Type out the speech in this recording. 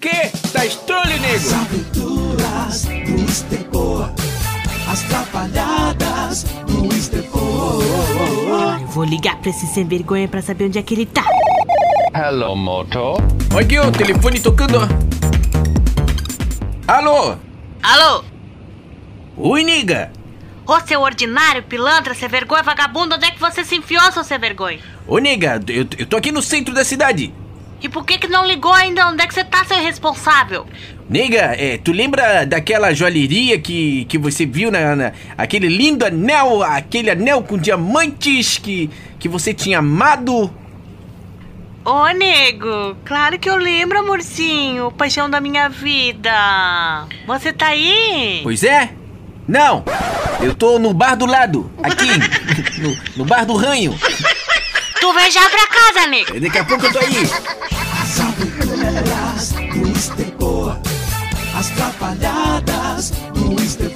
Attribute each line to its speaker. Speaker 1: quê? Tá estrolho,
Speaker 2: As
Speaker 1: nego?
Speaker 2: aventuras do Estepor. As trapalhadas do Estepor.
Speaker 3: Eu vou ligar pra esse sem vergonha pra saber onde é que ele tá.
Speaker 4: Hello, Moto.
Speaker 1: Olha aqui, ó, o telefone tocando, ó. Alô?
Speaker 3: Alô?
Speaker 1: Oi, nega.
Speaker 3: Ô, seu ordinário, pilantra, sem vergonha, vagabundo, onde é que você se enfiou, seu sem vergonha?
Speaker 1: Ô, nega, eu, eu tô aqui no centro da cidade.
Speaker 3: E por que que não ligou ainda? Onde é que você tá, seu irresponsável?
Speaker 1: Nega, é, tu lembra daquela joalheria que, que você viu na, na- Aquele lindo anel, aquele anel com diamantes que, que você tinha amado?
Speaker 3: Ô, nego, claro que eu lembro, amorzinho, paixão da minha vida. Você tá aí?
Speaker 1: Pois é? Não! Eu tô no bar do lado, aqui, no, no bar do ranho.
Speaker 3: Tu vem já pra casa, nego.
Speaker 1: Daqui a pouco eu tô aí.
Speaker 2: As aventuras do Estepor. As trapalhadas do Estepor.